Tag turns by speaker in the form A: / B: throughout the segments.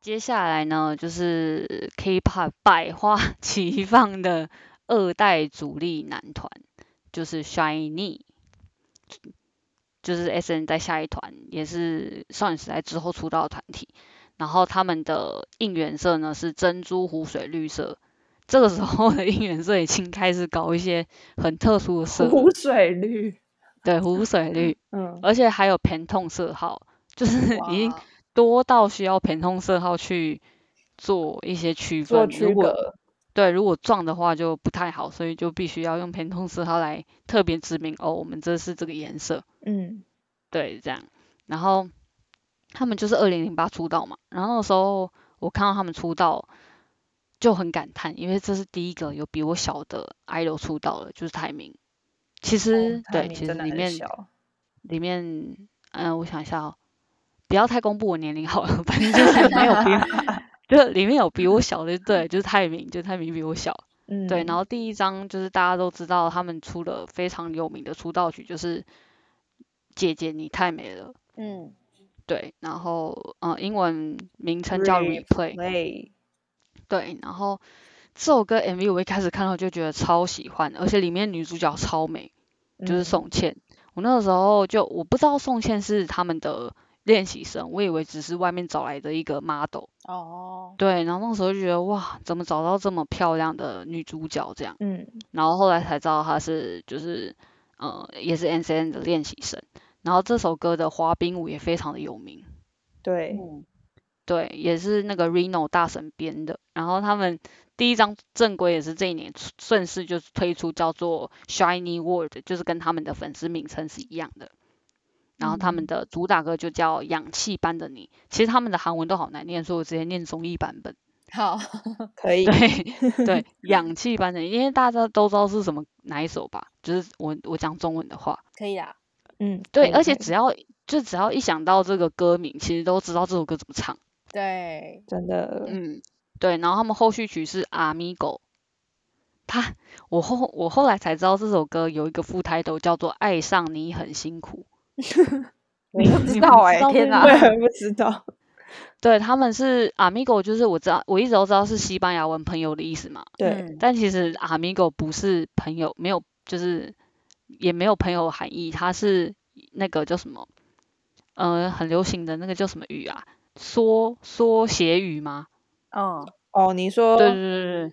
A: 接下来呢，就是 K-pop 百花齐放的二代主力男团，就是 SHINee，就是 S.N 在下一团，也是少女时代之后出道的团体。然后他们的应援色呢是珍珠、湖水绿色。这个时候的应援色已经开始搞一些很特殊的色了，
B: 湖水绿，
A: 对，湖水绿，
B: 嗯，
A: 而且还有偏痛色号，就是已经
B: 哇
A: 多到需要偏痛色号去做一些区
B: 做
A: 分。
B: 区
A: 如果
B: 隔，
A: 对，如果撞的话就不太好，所以就必须要用偏痛色号来特别指明哦，我们这是这个颜色，
B: 嗯，
A: 对，这样。然后他们就是二零零八出道嘛，然后那时候我看到他们出道就很感叹，因为这是第一个有比我小的 idol 出道了，就是泰明。其实、
B: 哦
A: 对，
B: timing
A: 其实
B: 真的
A: 里
B: 很
A: 面
B: 小，
A: 里面，嗯、我想一下哦，不要太公布我年龄好了，反 正就是里面有比我， 就里面有比我小的，对，就是泰明，就泰明比我小，
B: 嗯，
A: 对。然后第一张就是大家都知道他们出了非常有名的出道曲，就是《姐姐你太美了》，
B: 嗯
A: 对。然后，呃，英文名称叫
B: Replay
A: Replay，
B: ，play，
A: 对。然后这首歌 MV 我一开始看到就觉得超喜欢，而且里面女主角超美，就是
B: 嗯，
A: 宋茜。我那个时候就我不知道宋茜是他们的练习生，我以为只是外面找来的一个 model。
B: 哦，
A: 对，然后那时候就觉得哇，怎么找到这么漂亮的女主角这样？
B: 嗯
A: 然后后来才知道她是就是呃也是 N C N 的练习生。然后这首歌的滑冰舞也非常的有名，
B: 对，
C: 嗯，
A: 对，也是那个 Reno 大神编的。然后他们第一张正规也是这一年出正式就是推出叫做 Shiny World，就是跟他们的粉丝名称是一样的。然后他们
B: 嗯
A: 的主打歌就叫《氧气般的你》，其实他们的韩文都好难念，所以我直接念综艺版本。
C: 好，
B: 可以，
A: 对对，氧气般的你，因为大家都知道是什么哪一首吧？就是我我讲中文的话，
C: 可以啦。
B: 嗯，
A: 对，
B: 可以
A: 而且
B: 可以
A: 只要就只要一想到这个歌名，其实都知道这首歌怎么唱。
C: 对，
B: 真的，
A: 嗯，对，然后他们后续曲是《Amigo》，他我后我后来才知道这首歌有一个副 title 叫做《爱上你很辛苦》，
B: 我不
A: 你们
B: 知道
A: 知
B: 哎、
A: 道这
B: 天
A: 个
B: 哪，
A: 吗
B: 我也不知道，
A: 对，他们是 Amigo，就是我知道我一直都知道是西班牙文朋友的意思嘛，
B: 对，
C: 嗯
A: 但其实 Amigo 不是朋友，没有就是也没有朋友含义，它是那个叫什么，呃，很流行的那个叫什么语啊，缩缩写语吗？
C: 嗯，
B: 哦，你说
A: 对对对对。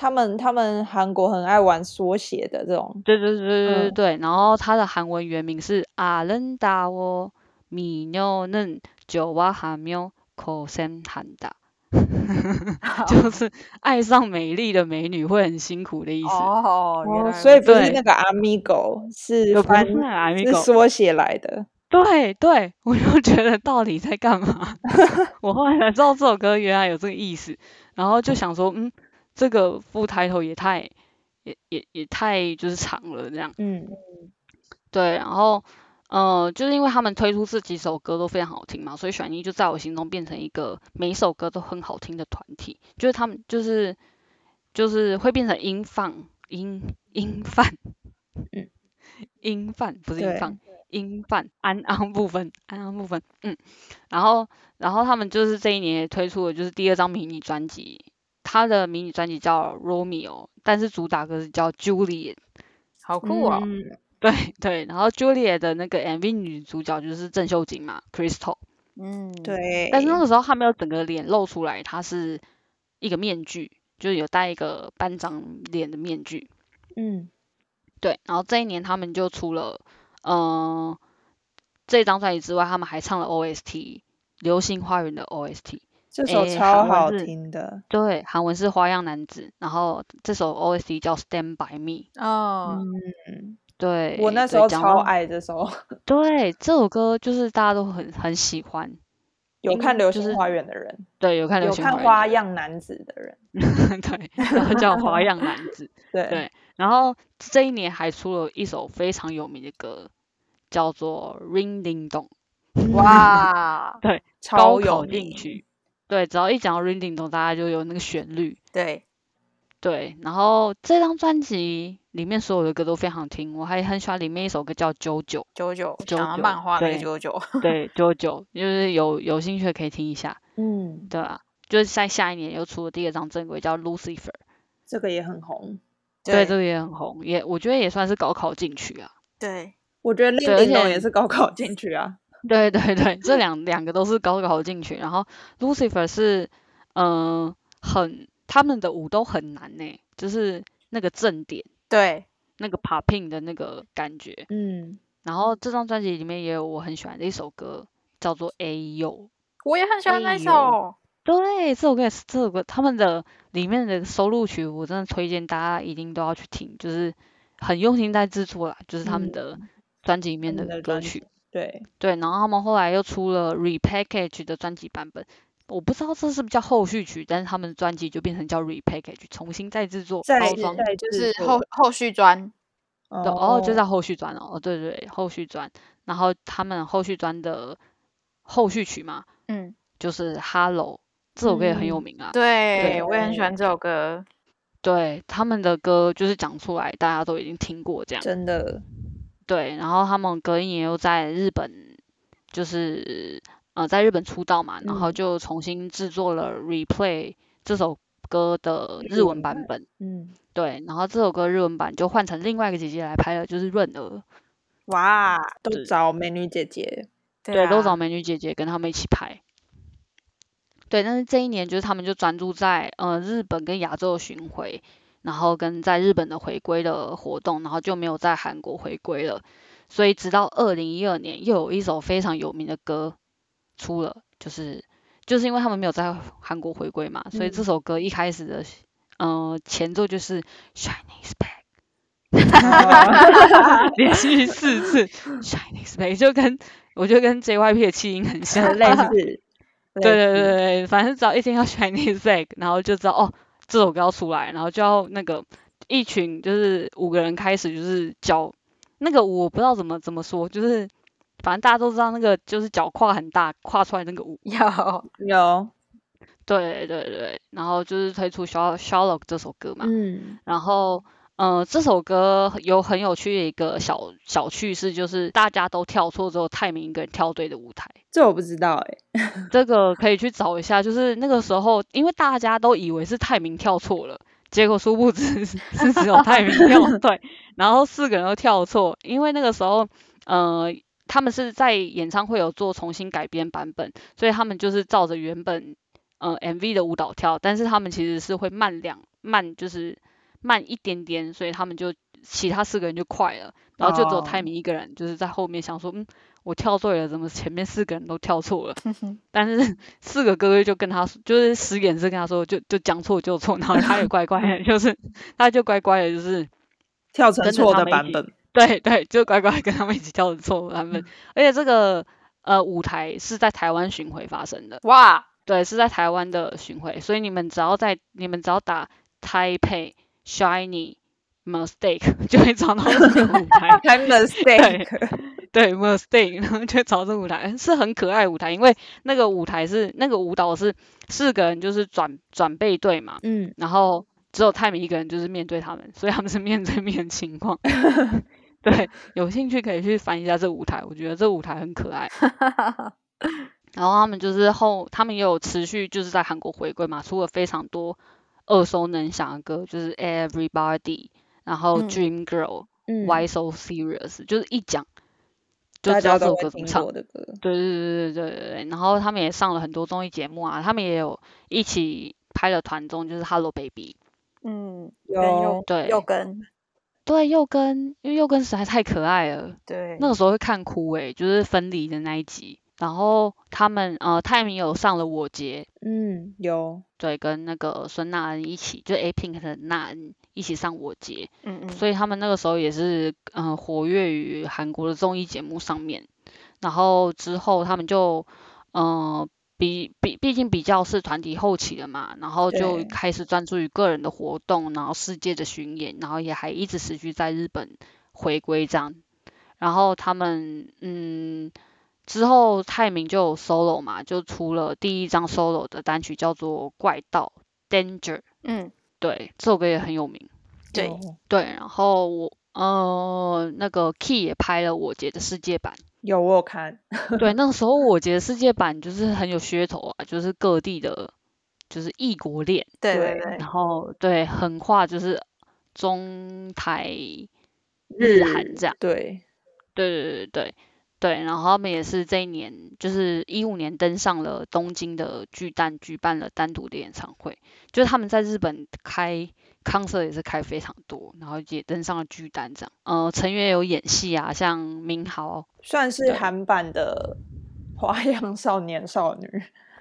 B: 他们他们韩国很爱玩缩写的这种，
A: 对对对对对
B: 嗯
A: 对，然后它的韩文原名是아름다워미녀는좋아하며고생한다，就是 爱上美丽的美女会很辛苦的意思。
C: 哦，原来
B: 哦，所以
C: 如
B: 不是
A: 对
B: 那个 amigo，是
A: 就不是
B: 翻
A: 阿米
B: 是
A: 狗，
B: 缩写来的，
A: 对对，我就觉得到底在干嘛？ 我后来才知道这首歌原来有这个意思，然后就想说，嗯，这个副抬头也太也也也太就是长了这样。
B: 嗯，
A: 对，然后呃，就是因为他们推出这几首歌都非常好听嘛，所以选一就在我心中变成一个每一首歌都很好听的团体，就是他们就是就是会变成音放音音范，
B: 嗯，
A: 音范不是音
B: 对，
A: 放音范安安部分安安部分，嗯，然后然后他们就是这一年也推出了就是第二张迷你专辑。他的迷你专辑叫《Romeo》，但是主打歌是叫《Juliet》。
C: 好酷哦，
B: 嗯
A: 对对，然后 Juliet 的那个 MV 女主角就是郑秀晶嘛，Crystal。
C: 嗯，，
B: 对，
A: 但是那个时候她没有整个脸露出来，她是一个面具，就是有戴一个半张脸的面具。
B: 嗯，
A: 对，然后这一年他们就出了，嗯、这张专辑之外，他们还唱了 OST《流星花园》的 OST。
B: 这首
A: 诶
B: 超
A: 韩文
B: 好
A: 是
B: 听的，
A: 对，韩文是《花样男子》，然后这首 OST 叫《Stand by Me》。
C: 哦，
B: 嗯，
A: 对，
B: 我那时
A: 对
B: 候
A: 讲
B: 超
A: 到
B: 爱 这首，
A: 对，这首歌就是大家都很很喜欢，
B: 有
A: 应
B: 看《流
A: 嗯就
B: 星
A: 是
B: 花园》的人，
A: 对，有看流
B: 有
A: 星
B: 看《
A: 园
B: 花样男子》的人，
A: 对，然后叫花样男子，
B: 对，
A: 对，然后这一年还出了一首非常有名的歌，叫做《Ring Ding Dong》，
C: 哇，
A: 高
B: 超有
A: 考进
B: 名，
A: 曲，对，只要一讲到《Ring Ding Dong》，大家就有那个旋律，
C: 对，
A: 对，然后这张专辑里面所有的歌都非常好听，我还很喜欢里面一首歌叫《九 九
C: 九九，
A: 九
C: 想要
A: 九
C: 漫画那个
A: 对
C: 九九，》，
A: 对，《九九》就是有有兴趣的可以听一下，
B: 嗯，
A: 对啊，就是在下一年又出了第二张正规叫《Lucifer》，
B: 这个也很红。
A: 对，这个也很红，也我觉得也算是高考进曲啊。
C: 对，
B: 我觉得令
A: 对
B: 玲
A: 而
B: 珑
A: 且
B: 也是高考进去 啊。
A: 对对对，这两两个都是高考进去，然后 Lucifer 是嗯、呃很他们的舞都很难呢、就是那个正点
C: 对，
A: 那个 popping 的那个感觉。
B: 嗯，
A: 然后这张专辑里面也有我很喜欢的一首歌，叫做《A U》。
C: 我也很喜欢那
A: 哎呦
C: 首，
A: 对，这首歌也是这首歌，他们的里面的收录曲，我真的推荐大家一定都要去听，就是很用心在制作啦，就是他们
B: 嗯
A: 的专辑里面
B: 他
A: 的
B: 们的
A: 歌
B: 专
A: 曲。
B: 对，
A: 对，然后他们后来又出了 repackage 的专辑版本，我不知道这是不是叫后续曲，但是他们专辑就变成叫 repackage，重新再制作
B: 再
A: 包装
B: 再
C: 就
B: 制
C: 是
B: 作
C: 后后续专，
A: 的哦，就在后续专哦，哦对对对，后续专，然后他们后续专的后续曲嘛，
C: 嗯，
A: 就是 Hello 这首歌也很有
B: 嗯
A: 名啊，
C: 对，我也很喜欢这首歌，
A: 对他们的歌就是讲出来大家都已经听过这样，
B: 真的，
A: 对，然后他们隔一年又在日本，就是呃在日本出道嘛，然后
B: 嗯
A: 就重新制作了《Replay》这首歌的
B: 日
A: 日文
B: 文
A: 版本。
B: 嗯，
A: 对，然后这首歌日文版就换成另外一个姐姐来拍了，就是润儿，
C: 哇，
B: 都
A: 对
B: 找美女 姐姐，
A: 对，都
C: 啊
A: 找美女姐姐跟他们一起拍。对，但是这一年就是他们就专注在呃日本跟亚洲的巡回，然后跟在日本的回归的活动，然后就没有在韩国回归了。所以直到二零一二年，又有一首非常有名的歌出了，就是就是因为他们没有在韩国回归嘛，所以这
B: 嗯
A: 首歌一开始的呃前奏就是 Shiny's Back，连续四次 Shiny's Back，就跟我觉得跟 JYP 的气音很像，
B: 类 似，
A: 对对对对，反正只要一听到 Chinese Egg，然 后就知道哦，这首歌要出来，然后就要那个一群就是五个人开始就是脚那个舞，我不知道怎么怎么说，就是反正大家都知道那个就是脚跨很大跨出来那个舞，
C: 有，
B: 对，有，
A: 对对对，然后就是推出 Shall Shallow 这首歌嘛，
B: 嗯，
A: 然后呃这首歌有很有趣的一个小小趣事，就是大家都跳错之后，泰明一个人跳对的舞台。
B: 这我不知道哎，
A: 这个可以去找一下，就是那个时候，因为大家都以为是泰明跳错了，结果殊不知 是只有泰明跳 对，然后四个人都跳错，因为那个时候，呃，他们是在演唱会有做重新改编版本，所以他们就是照着原本呃 MV 的舞蹈跳，但是他们其实是会慢两慢，就是慢一点点，所以他们就其他四个人就快了，然后就只有泰
B: 哦
A: 明一个人就是在后面想说，嗯，我跳对了，怎么前面四个人都跳错了？但是 四个哥哥就跟他说，就是使眼色跟他说，就就讲错就错，然后他也乖乖的， 就是他就乖乖的，就是
B: 跳成
A: 跟着
B: 错
A: 他
B: 的
A: 们一
B: 版
A: 起
B: 本，
A: 对对，就乖乖地跟他们一起跳错他们。而且这个呃舞台是在台湾巡回发生的，
C: 哇，
A: 对，是在台湾的巡回，所以你们只要在你们只要打 Taipei Shiny Mistake 就会找到这个舞台。
B: 还 mistake，
A: 对 m u s t a n 然后就朝着舞台，是很可爱的舞台，因为那个舞台是那个舞蹈是四个人就是转转背对嘛，
B: 嗯，
A: 然后只有泰米一个人就是面对他们，所以他们是面对面情 况。对，有兴趣可以去翻一下这舞台，我觉得这舞台很可爱。然后他们就是后，他们也有持续就是在韩国回归嘛，出了非常多耳熟能详的歌，就是 Everybody，然后
C: 嗯
A: Dream Girl、
B: 嗯
A: Why So Serious，就是一讲就
B: 大
A: 知道
B: 家
A: 这
B: 都
A: 首
B: 会
A: 歌怎
B: 听
A: 么唱。
B: 过的歌，
A: 对对对对对对，然后他们也上了很多综艺节目啊，他们也有一起拍了团综，就是 Hello Baby，
C: 嗯，跟
B: 有
C: 又
A: 对
C: 又跟，
A: 对，佑根，因为佑根实在太可爱了，
C: 对，
A: 那个时候会看哭诶、就是分离的那一集，然后他们呃泰明有上了我节，
B: 嗯，有，
A: 对，跟那个孙娜恩一起，就 A Pink 的娜恩一起上我节，
C: 嗯嗯，
A: 所以他们那个时候也是嗯、呃活跃于韩国的综艺节目上面，然后之后他们就嗯、呃比毕毕竟比较是团体后期的嘛，然后就
B: 对
A: 开始专注于个人的活动，然后世界的巡演，然后也还一直持续在日本回归这样。然后他们嗯之后泰明就有 solo 嘛，就出了第一张 solo 的单曲叫做《怪盗 Danger》，
C: 嗯，
A: 对，这首歌也很有名。
C: 对
B: 有
A: 对，然后我呃那个 Key 也拍了我姐的世界版，
B: 有我有看，
A: 对，那个时候我姐的世界版就是很有噱头啊，就是各地的，就是异国恋，
C: 对
B: 对
C: 对对
A: 然后对横跨就是中台
B: 日
A: 日韩这样，
B: 对，
A: 对对对对对，然后他们也是这一年，就是一五年登上了东京的巨蛋，举办了单独的演唱会，就是他们在日本开 concert 也是开非常多，然后也登上了巨蛋这样，呃，成员有演戏啊，像明豪，
B: 算是
A: 对
B: 韩版的《花样少年少女》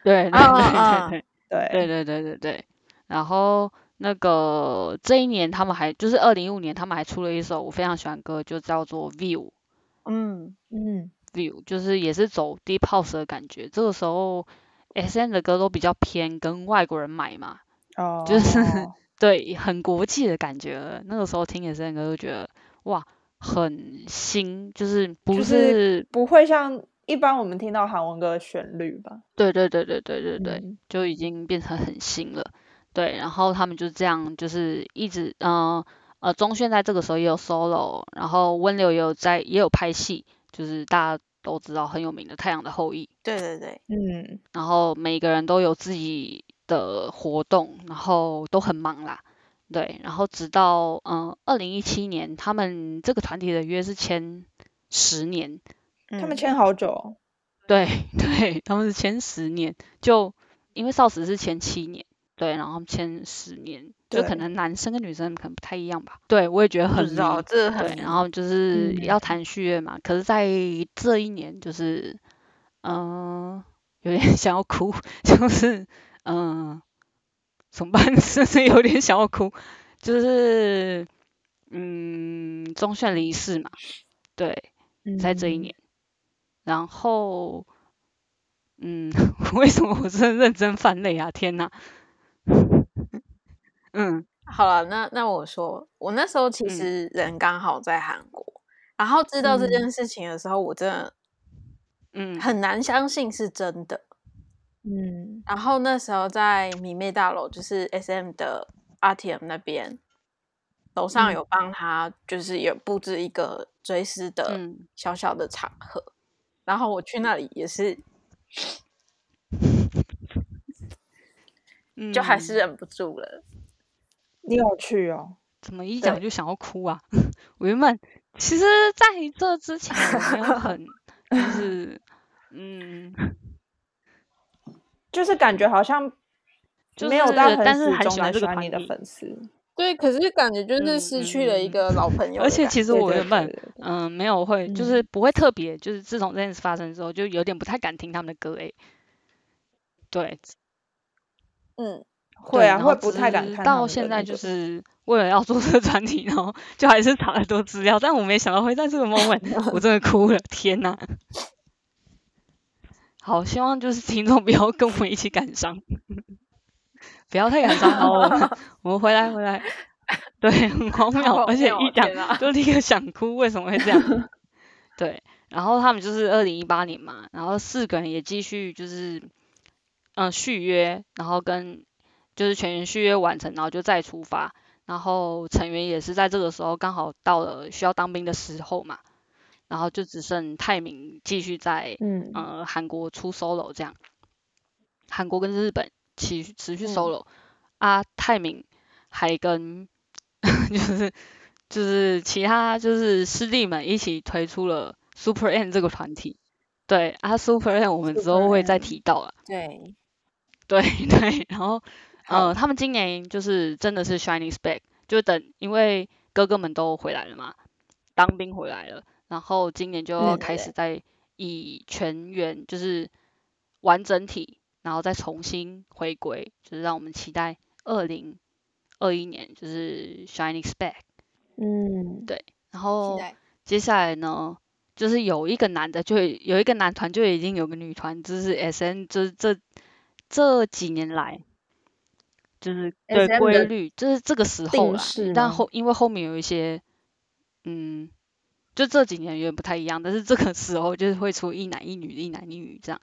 A: 对对
C: 啊
A: 对
C: 啊
A: 对对。
B: 对，
A: 对对对对对，然后那个这一年他们还就是二零一五年他们还出了一首我非常喜欢的歌，就叫做 View
C: 嗯，
B: 嗯，
A: View，就是也是走 Deep House 的感觉。这个时候 S N 的歌都比较偏跟外国人买嘛，
B: 哦，
A: 就是 对，很国际的感觉了。那个时候听 S N 歌就觉得哇，很新，就是不
B: 就是不会像一般我们听到韩文歌的旋律吧？
A: 对对对对对对对，
B: 嗯
A: 就已经变成很新了。对，然后他们就这样，就是一直，嗯呃，钟铉在这个时候也有 solo，然后温流也有在也有拍戏，就是大家都知道很有名的《太阳的后裔》，
C: 对对对，
B: 嗯，
A: 然后每个人都有自己的活动，然后都很忙啦。对，然后直到嗯二零一七年，他们这个团体的约是签十年，
B: 他们
C: 嗯
B: 签好久哦，
A: 对 对，他们是签十年，就因为少时是签七年，对，然后他们签十年，就可
B: 对
A: 能男生跟女生可能不太一样吧。对，我也觉得
C: 不
A: 很
C: 知道
A: 迷
C: 这
A: 对，
C: 很
A: 然后就是
B: 嗯
A: 要谈续约嘛，可是在这一年就是，嗯、有点 想要哭，就是嗯、怎么办？ 甚至有点想要哭，就是嗯，钟铉离世嘛，对，在这一
B: 嗯
A: 年。然后，嗯， 为什么我真的认真翻泪啊？天哪！ 嗯
C: 好了，那那我说，我那时候其
A: 嗯
C: 实人刚好在韩国，然后知道这件事情的时候，我真的
A: 嗯，
C: 很难相信是真的。
B: 嗯，
C: 然后那时候在迷妹大楼，就是 S M 的 R T M 那边，楼上
B: 嗯
C: 有帮他，就是有布置一个追思的
A: 嗯
C: 小小的场合。然后我去那里也是，
A: 嗯，
C: 就还是忍不住了。
B: 你有去哦？
A: 怎么一
C: 对
A: 讲就想要哭啊？ 我原本其实在这之前我没有很就是嗯，
B: 就是感觉好像
A: 就
B: 没有到
A: 是
B: 很
A: 但是
B: 始
A: 很
B: 终
A: 喜
B: 的
A: 欢这个
B: 喜
A: 团
B: 你的
A: 体
B: 粉丝，
C: 对，可是感觉就是失去了一个老朋友的感觉、
A: 而且其实
B: 对
A: 我
B: 对
A: 原本
B: 对对
A: 嗯、没有会就是不会特别，就是自从这件事发生之后，就有点不太敢听他们的歌诶、对，
C: 嗯，
A: 对，
B: 会啊，
A: 然后
B: 会不太敢
A: 直
B: 看他
A: 到
B: 们
A: 现
B: 的
A: 在
B: 那
A: 就
B: 个
A: 是为了要做这个专题，然后就还是查了很多资料，但我没想到会在这个 moment，我 真的哭了，天呐！好，希望就是听众不要跟我们一起感伤，不要太感伤。好，我们我们回来回来，对，很荒 谬，
C: 好
A: 而且
C: 荒
A: 一
B: 哦
C: 谬
A: 讲
C: 天哪
A: 就立刻想哭，为什么会这样？对，然后他们就是二零一八年嘛，然后四个人也继续就是嗯、呃续约，然后跟就是全员续约完成，然后就再出发。然后成员也是在这个时候刚好到了需要当兵的时候嘛，然后就只剩泰明继续在
B: 嗯
A: 呃韩国出 solo 这样，韩国跟日本持续持续
C: 嗯
A: solo，、啊泰明还跟 就是就是其他就是师弟们一起推出了 Super N 这个团体，对啊 Super N 我们之后
B: Super
A: 会再
B: N
A: 提到啦，
C: 对，
A: 对 对，然后
B: 好
A: 呃他们今年就是真的是 Shining Spec，就等因为哥哥们都回来了嘛，当兵回来了，然后今年就要
B: 嗯
A: 开始在以全员就是完整体，然后再重新回归，就是让我们期待二零二一年就是 Shining Spec，
B: 嗯
A: 对然后
C: 期待。
A: 接下来呢，就是有一个男的就已有一个男团就已经有个女团，就是 S N，就是这这几年来，就是对
B: SM
A: 规
B: 的
A: 律，就是这个时候
B: 定
A: 啦
B: 式。
A: 但
B: 吗
A: 后因为后面有一些，嗯，就这几年有点不太一样，但是这个时候就是会出一男一女，一男一女这样。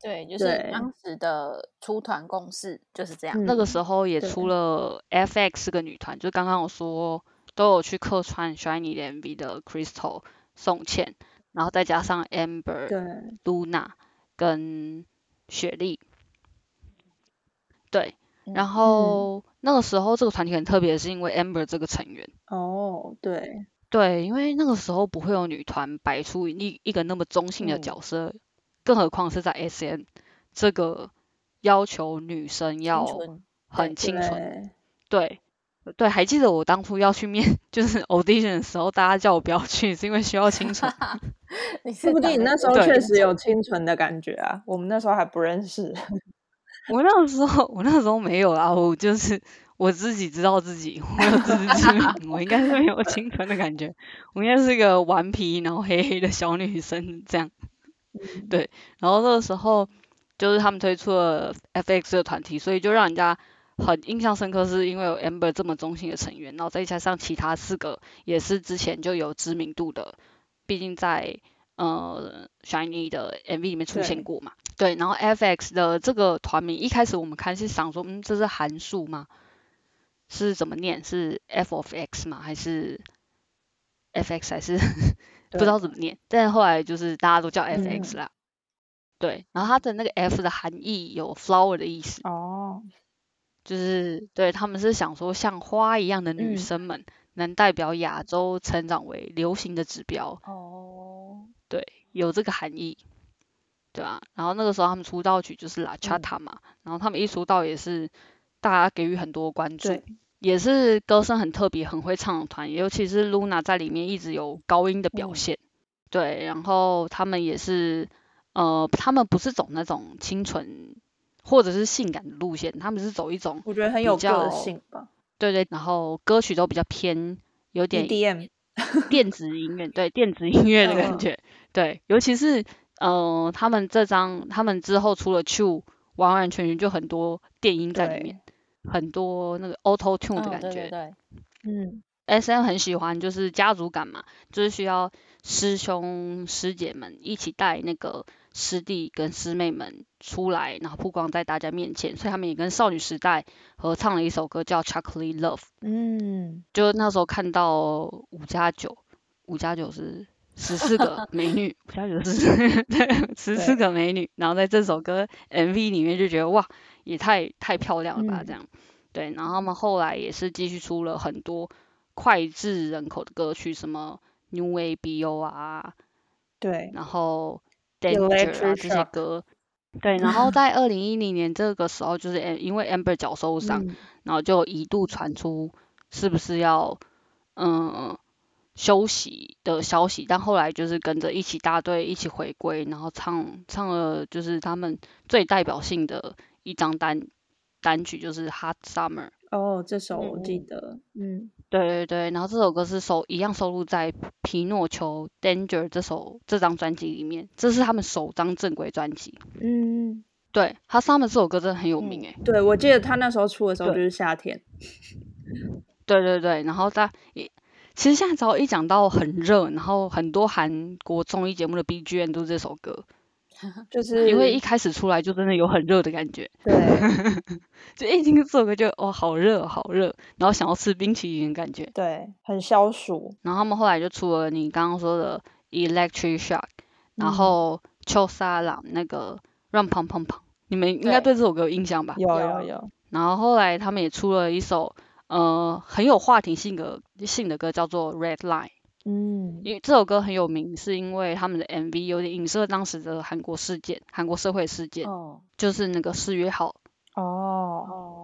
C: 对，就是
D: 对
C: 当时的出团共识就是这样。
A: 那个
D: 嗯
A: 时候也
D: 对
A: 出了 FX 这个女团，就刚刚我说都有去客串 Shiny 的 MV 的 Crystal 宋茜，然后再加上 Amber
D: 对，
A: Luna 跟雪莉。对，
C: 嗯
A: 然后、那个时候这个团体很特别，是因为 Amber 这个成员。
D: 哦，对，
A: 对，因为那个时候不会有女团摆出一一个那么中性的
C: 嗯
A: 角色，更何况是在 S M 这个要求女生要
C: 纯
A: 很清纯
D: 对
A: 对，对，还记得我当初要去面 就是 audition 的时候，大家叫我不要去，是因为需要清纯。
C: 你是
D: 说不
C: 长
D: 定你
C: 得
D: 那时候
A: 对
D: 确实
C: 有。
D: 有清纯的感觉啊，我们那时候还不认识。
A: 我那个时候，我那个时候没有啦，我就是我自己知道自己，我有自知之明，我应该是没有清纯的感觉，我应该是一个顽皮然后黑黑的小女生这样。对，然后那个时候就是他们推出了 FX 的团体，所以就让人家很印象深刻，是因为有 Amber 这么中性的成员，然后再加上其他四个也是之前就有知名度的，毕竟在呃 Shiny 的 MV 里面出
D: 对
A: 现过嘛。对，然后 FX 的这个团名一开始我们看是想说，嗯，这是函数吗？是怎么念？是 f of x 吗？还是 fx 还是 不知
D: 对嗯
A: 道怎么念？但后来就是大家都叫 fx 啦。对，然后它的那个 f 的含义有 flower 的意思，
D: 哦，
A: 就是对他们是想说像花一样的女
D: 嗯
A: 生们、能代表亚洲成长为流行的指标，
C: 哦，
A: 有这个含义，对啊。然后那个时候他们出道曲就是《La Chata》嘛，然后他们一出道也是大家给予很多关注
D: 对，
A: 也是歌声很特别、很会唱的团，尤其是 Luna 在里面一直有高音的表
C: 嗯
A: 现，对。然后他们也是，呃，他们不是走那种清纯或者是性感的路线，他们是走一种
D: 我觉得很
A: 比
D: 有
A: 较
D: 个性吧。，E
A: 对对，然后歌曲都比较偏有点
D: EDM
A: 电子音乐，对电子音乐的
D: 嗯
A: 感觉， 对，尤其是呃，他们这张，他们之后出了 Q，完完全全就很多电音在里面，很多那个 Auto Tune 的
C: 嗯
A: 感觉。
C: 对对对，
D: 嗯，
A: S M 很喜欢就是家族感嘛，就是需要师兄师姐们一起带那个师弟跟师妹们出来，然后曝光在大家面前，所以他们也跟少女时代合唱了一首歌叫《Chocolate Love》。
D: 嗯，
A: 就那时候看到五加九，五加九是十四 个美女，五加九 是十四个美女，然后在这首歌 MV 里面就觉得哇，也太太漂亮了吧，
D: 嗯
A: 这样、对。然后他们后来也是继续出了很多脍炙人口的歌曲，什么 New A B O 啊，
D: 对，
A: 然后 Danger 啊
D: Electric
A: 这些
D: Shock
A: 歌。对，然后在二零一零年这个时候，就是 Am- 因为 Amber 脚受伤，
D: 嗯
A: 然后就一度传出是不是要嗯休息的消息，但后来就是跟着一起大队一起回归，然后唱唱了就是他们最代表性的一张单单曲就是《Hot Summer》。
D: 哦，这首我记
C: 嗯嗯
D: 得，嗯，
A: 对对对，然后这首歌是收一样收录在《皮诺丘 Danger》这首这张专辑里面，这是他们首张正规专辑。
D: 嗯，
A: 对，《Hot Summer》这首歌真的很有名诶、欸
D: 对，我记得他那时候出的时候就
A: 对
D: 是夏天，
A: 对对对，然后大一其实现在只要一讲到很热，然后很多韩国综艺节目的 BGM 都是这首歌，
D: 就是
A: 因为一开始出来就真的有很热的感觉，
D: 对
A: 就一听这首歌就哦好热好热，然后想要吃冰淇淋的感觉。
D: 对，很消暑，
A: 然后他们后来就出了你刚刚说的 Electric Shock，然
D: 嗯
A: 后秋沙朗那个 Run 砰砰砰，你们应该
C: 对
A: 对这首歌有印象吧？
D: 有
C: 有
D: 有有，
A: 然后后来他们也出了一首呃很有话题性格性的歌，叫做 Red Line。
D: 嗯，
A: 因为这首歌很有名，是因为他们的 MV 有点影射当时的韩国事件，韩国社会事件，
C: 哦
A: 就是那个世约号
D: 哦，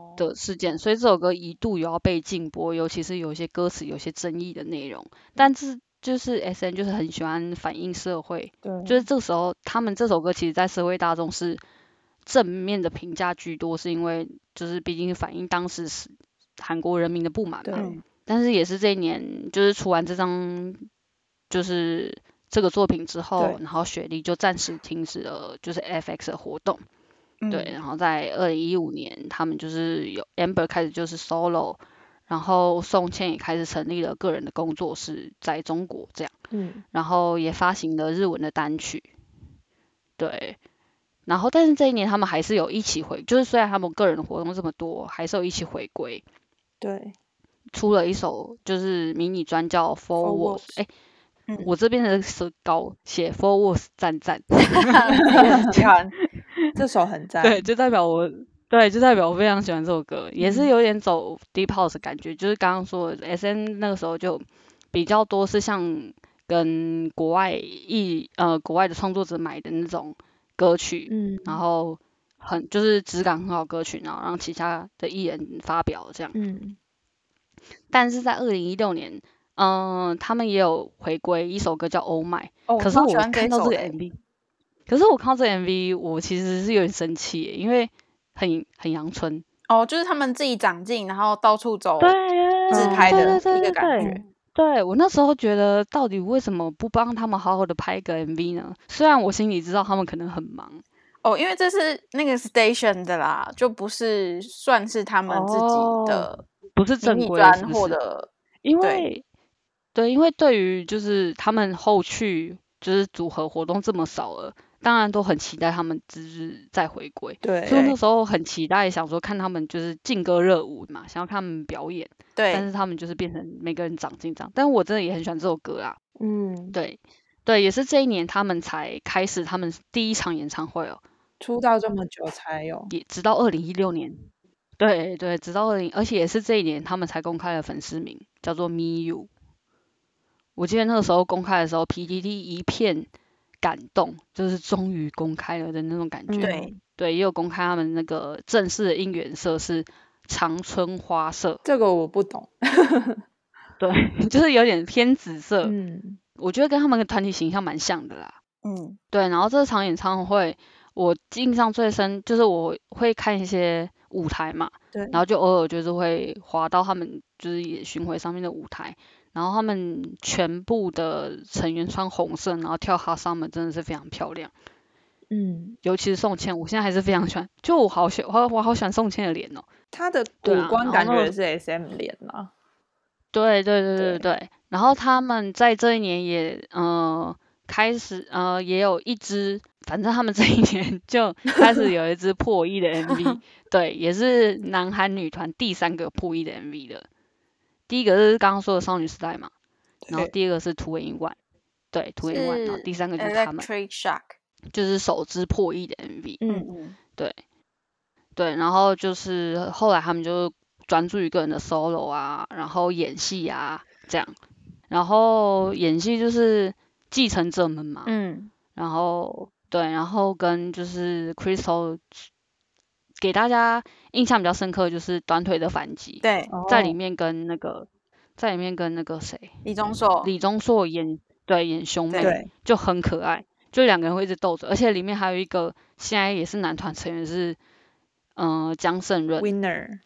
C: 哦，
A: 的事件，所以这首歌一度有要被禁播，尤其是有一些歌词有些争议的内容。
C: 嗯
A: 但是就是 S N 就是很喜欢反映社会，
D: 对，
C: 哦
A: 就是这个时候他们这首歌其实在社会大众是正面的评价居多，是因为就是毕竟反映当时是韩国人民的不满嘛。
D: 对，
A: 但是也是这一年，就是出完这张，就是这个作品之后
D: 对，
A: 然后雪莉就暂时停止了就是 FX 的活动，对，
D: 嗯
A: 然后在二零一五年，他们就是有 Amber 开始就是 solo，然后宋茜也开始成立了个人的工作室，在中国这样，
D: 嗯，
A: 然后也发行了日文的单曲，对，然后，但是这一年他们还是有一起回，就是虽然他们个人活动这么多，还是有一起回归，
D: 对，
A: 出了一首就是迷你专叫
D: 哦
A: Forwards，
D: Forwards
A: 哎、
C: 嗯
A: 我这边的是高写 Forwards 赞赞，
B: 看
D: 这首很赞。
A: 对，就代表我，对，就代表我非常喜欢这首歌，也是有点走 deep house 的感觉，就是刚刚说的 S N 那个时候就比较多是像跟国外艺呃国外的创作者买的那种歌曲，
D: 嗯，
A: 然后很就是质感很好的歌曲，然后让其他的艺人发表这样。
D: 嗯，
A: 但是在二零一六年，嗯、他们也有回归一首歌叫《Oh My》，
C: 哦，
A: 可是
C: 超
A: 我
C: 喜欢这
A: 看
C: 一
A: 到
C: 首欸
A: 这个
C: 的
A: MV，可是我看到这个 MV，我其实是有点生气耶，因为很很阳春，
C: 哦，就是他们自己长进，然后到处走，
A: 对
C: 啊自拍的一个感。
A: 对
C: 觉。
A: 对我那时候觉得，到底为什么不帮他们好好的拍个 MV 呢？虽然我心里知道他们可能很忙，
C: 哦，因为这是那个 station 的啦，就不是算是他们自己的
A: 不是哦
C: 迷
A: 正
C: 你
A: 规的，是
C: 专
A: 不
C: 或
A: 是？
C: 者
A: 因
C: 对
A: 为对，因为对于就是他们后续就是组合活动这么少了，当然都很期待他们就是再回归。
D: 对，
A: 所以我那时候很期待，想说看他们就是劲歌热舞嘛，想要看他们表演，但
C: 对
A: 是他们就是变成每个人长进这样。但我真的也很喜欢这首歌啊，
D: 嗯，
A: 对对，也是这一年他们才开始他们第一场演唱会哦，
D: 出道这么久才有，
A: 也直到二零一六年，对对，直到二零，而且也是这一年他们才公开了粉丝名，叫做 Me You。我记得那个时候公开的时候，PDD 一片感动，就是终于公开了的那种感觉。
B: 嗯
C: 对，
A: 对，也有公开他们那个正式的应援色是长春花色，
D: 这个我不懂。
A: 对，就是有点偏紫色，
D: 嗯，
A: 我觉得跟他们的团体形象蛮像的啦。
C: 嗯
A: 对，然后这场演唱会我印象最深就是我会看一些舞台嘛，
D: 对
A: 然后就偶尔就是会滑到他们就是也巡回上面的舞台，然后他们全部的成员穿红色，然后跳哈萨们真的是非常漂亮。
D: 嗯，
A: 尤其是宋茜，我现在还是非常喜欢，就我好喜我我好喜欢宋茜的脸哦。
D: 他的
A: 对
D: 五
A: 啊
D: 官
A: 然
D: 感
A: 后
D: 觉也是 S M 脸啊。
A: 对对对
D: 对
A: 对对，然后他们在这一年也呃开始呃也有一支，反正他们这一年 就开始有一支破亿的 MV，对，也是南韩女团第三个破亿的 MV 了。第一个是刚刚说的少女时代嘛，然后
D: 对
A: 第二个是 Two in One，对 Two in One，然后
C: 是呃
A: 第三个就是他们，
C: ，Electric Shock，
A: 就是首支破亿的 MV。
C: 嗯
D: 嗯
C: 嗯，
A: 对，然后就是后来他们就专注于个人的 solo 啊，然后演戏啊这样，然后演戏就是继承者们嘛，
C: 嗯，
A: 然后对，然后跟就是 Crystal 给大家印象比较深刻的就是短腿的反击，
C: 对，
A: 在里
D: 哦
A: 面跟那个在里面跟那个谁
C: 李钟硕，
A: 李钟硕演对演兄妹，
D: 对，
A: 就很可爱，就两个人会一直斗嘴，而且里面还有一个现在也是男团成员是嗯、呃江胜润。
D: Winner，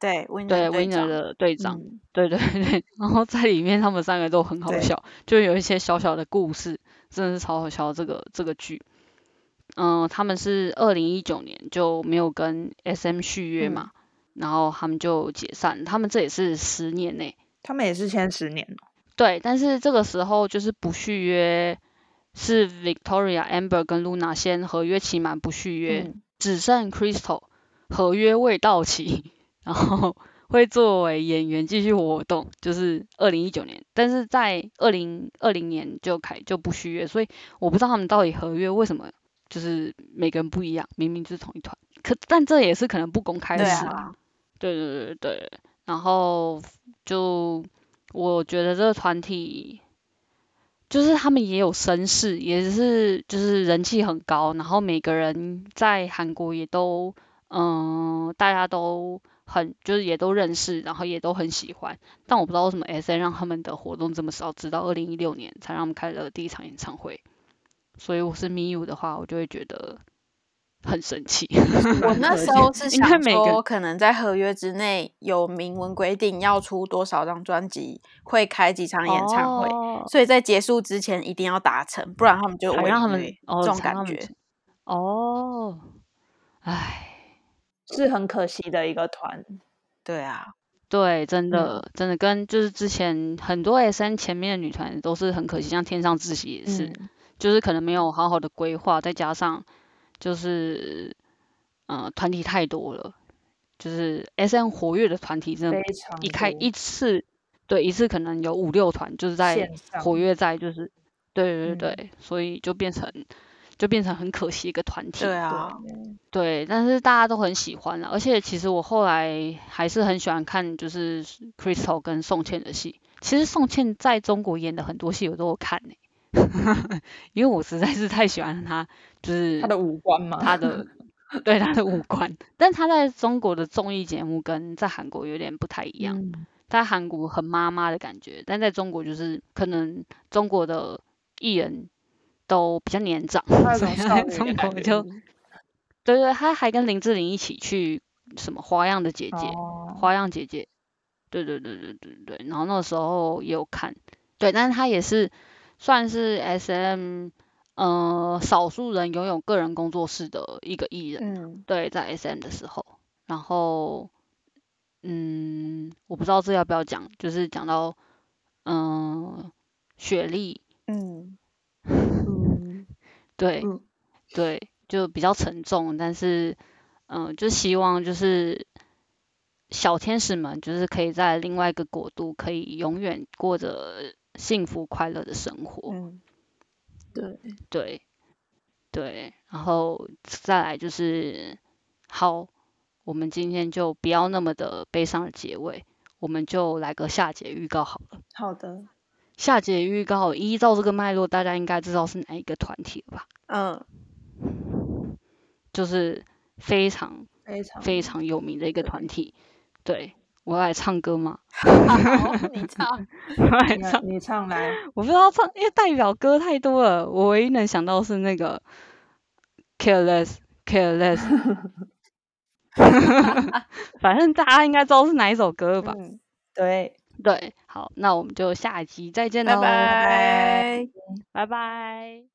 C: 对，Winner
A: 对
C: 队
A: Winner
C: 长
A: 的队长，
D: 嗯，
A: 对对对，然后在里面他们三个都很好
D: 对
A: 笑，就有一些小小的故事，真的是超好笑这个这个剧。嗯、他们是二零一九年就没有跟 SM 续约嘛，
C: 嗯
A: 然后他们就解散，他们这也是十年内，
D: 他们也是签十年哦
A: 对，但是这个时候就是不续约，是 Victoria、Amber 跟 Luna 先合约期满不续约，
C: 嗯
A: 只剩 Crystal 合约未到期，然后 会作为演员继续活动，就是二零一九年，但是在二零二零年就开就不续约，所以我不知道他们到底合约为什么就是每个人不一样，明明就是同一团，可但这也是可能不公开的
C: 对
A: 事
C: 啊
A: 吧，对对对对，然后就我觉得这个团体。就是他们也有声势，也是就是人气很高，然后每个人在韩国也都，嗯、大家都很就是也都认识，然后也都很喜欢。但我不知道为什么 S N 让他们的活动这么少，直到二零一六年才让他们开了第一场演唱会。所以我是 MIU 的话，我就会觉得很生气。
C: 我
D: 蛮
C: 那
D: 合
C: 时
D: 理
C: 候是
A: 应该
C: 想
A: 每个
C: 说，可能在合约之内有明文规定要出多少张专辑，会开几场 演唱会，
A: 哦，
C: 所以在结束之前一定要达成，不然他们就
A: 才
C: 违
A: 让他
C: 约
A: 们，哦，
C: 这种
A: 才
C: 感
A: 让他们
C: 觉。
A: 哦，唉。
D: 是很可惜的一个团。
C: 对啊，
A: 对，真的、真的跟就是之前很多 S N 前面的女团都是很可惜，像天上自喜也是，
D: 嗯
A: 就是可能没有好好的规划，再加上就是呃团体太多了，就是 S N 活跃的团体真的
D: 非常
A: 嗯一开
D: 多
A: 一次，对，一次可能有五六团，就是在
D: 线上
A: 活跃在就是，对对对
D: 嗯
A: 对，所以就变成就变成很可惜一个团体，
C: 对啊，
A: 对，但是大家都很喜欢了，而且其实我后来还是很喜欢看就是 Crystal 跟宋茜的戏。其实宋茜在中国演的很多戏我都有看呢、 因为我实在是太喜欢她，就是
D: 他的五官嘛，
A: 她的 对她的五官，但她在中国的综艺节目跟在韩国有点不太一样。
D: 嗯
A: 在韩国很妈妈的感觉，但在中国就是可能中国的艺人都比较年长，
D: 他有
A: 所
D: 种
A: 以
D: 少
A: 在
D: 女的
A: 中
D: 感
A: 国
D: 觉
A: 就是
D: 不是
A: 对对，他还跟林志玲一起去什么花样的姐姐，
D: 哦，
A: 花样姐姐，对对对对对对，然后那时候也有看，对，但是他也是算是 S M 呃少数人拥有个人工作室的一个艺人，
C: 嗯，
A: 对，在 S M 的时候，然后嗯，我不知道这要不要讲，就是讲到嗯、雪莉，
C: 嗯，
A: 对、
C: 嗯
A: 对，就比较沉重，但是嗯、就希望就是小天使们就是可以在另外一个国度，可以永远过着幸福快乐的生活，
C: 嗯，
D: 对，
A: 对对，然后再来就是好，我们今天就不要那么的悲伤的结尾，我们就来个下节预告好了。
D: 好的，
A: 下节预告依照这个脉络，大家应该知道是哪一个团体了吧？
C: 嗯，
A: 就是非常
D: 非常
A: 非常有名的一个团体。对，我要来唱歌 吗？
C: 好，你唱，
A: 我要来
D: 你
A: 唱，
D: 你唱来，
A: 我不知道唱，因为代表歌太多了，我唯一能想到是那个 Careless Careless，反正大家应该知道是哪一首歌了吧？
C: 嗯，
D: 对，
A: 对，好，那我们就下一集再见
C: 拜
A: 喽，
C: 拜。
A: 拜拜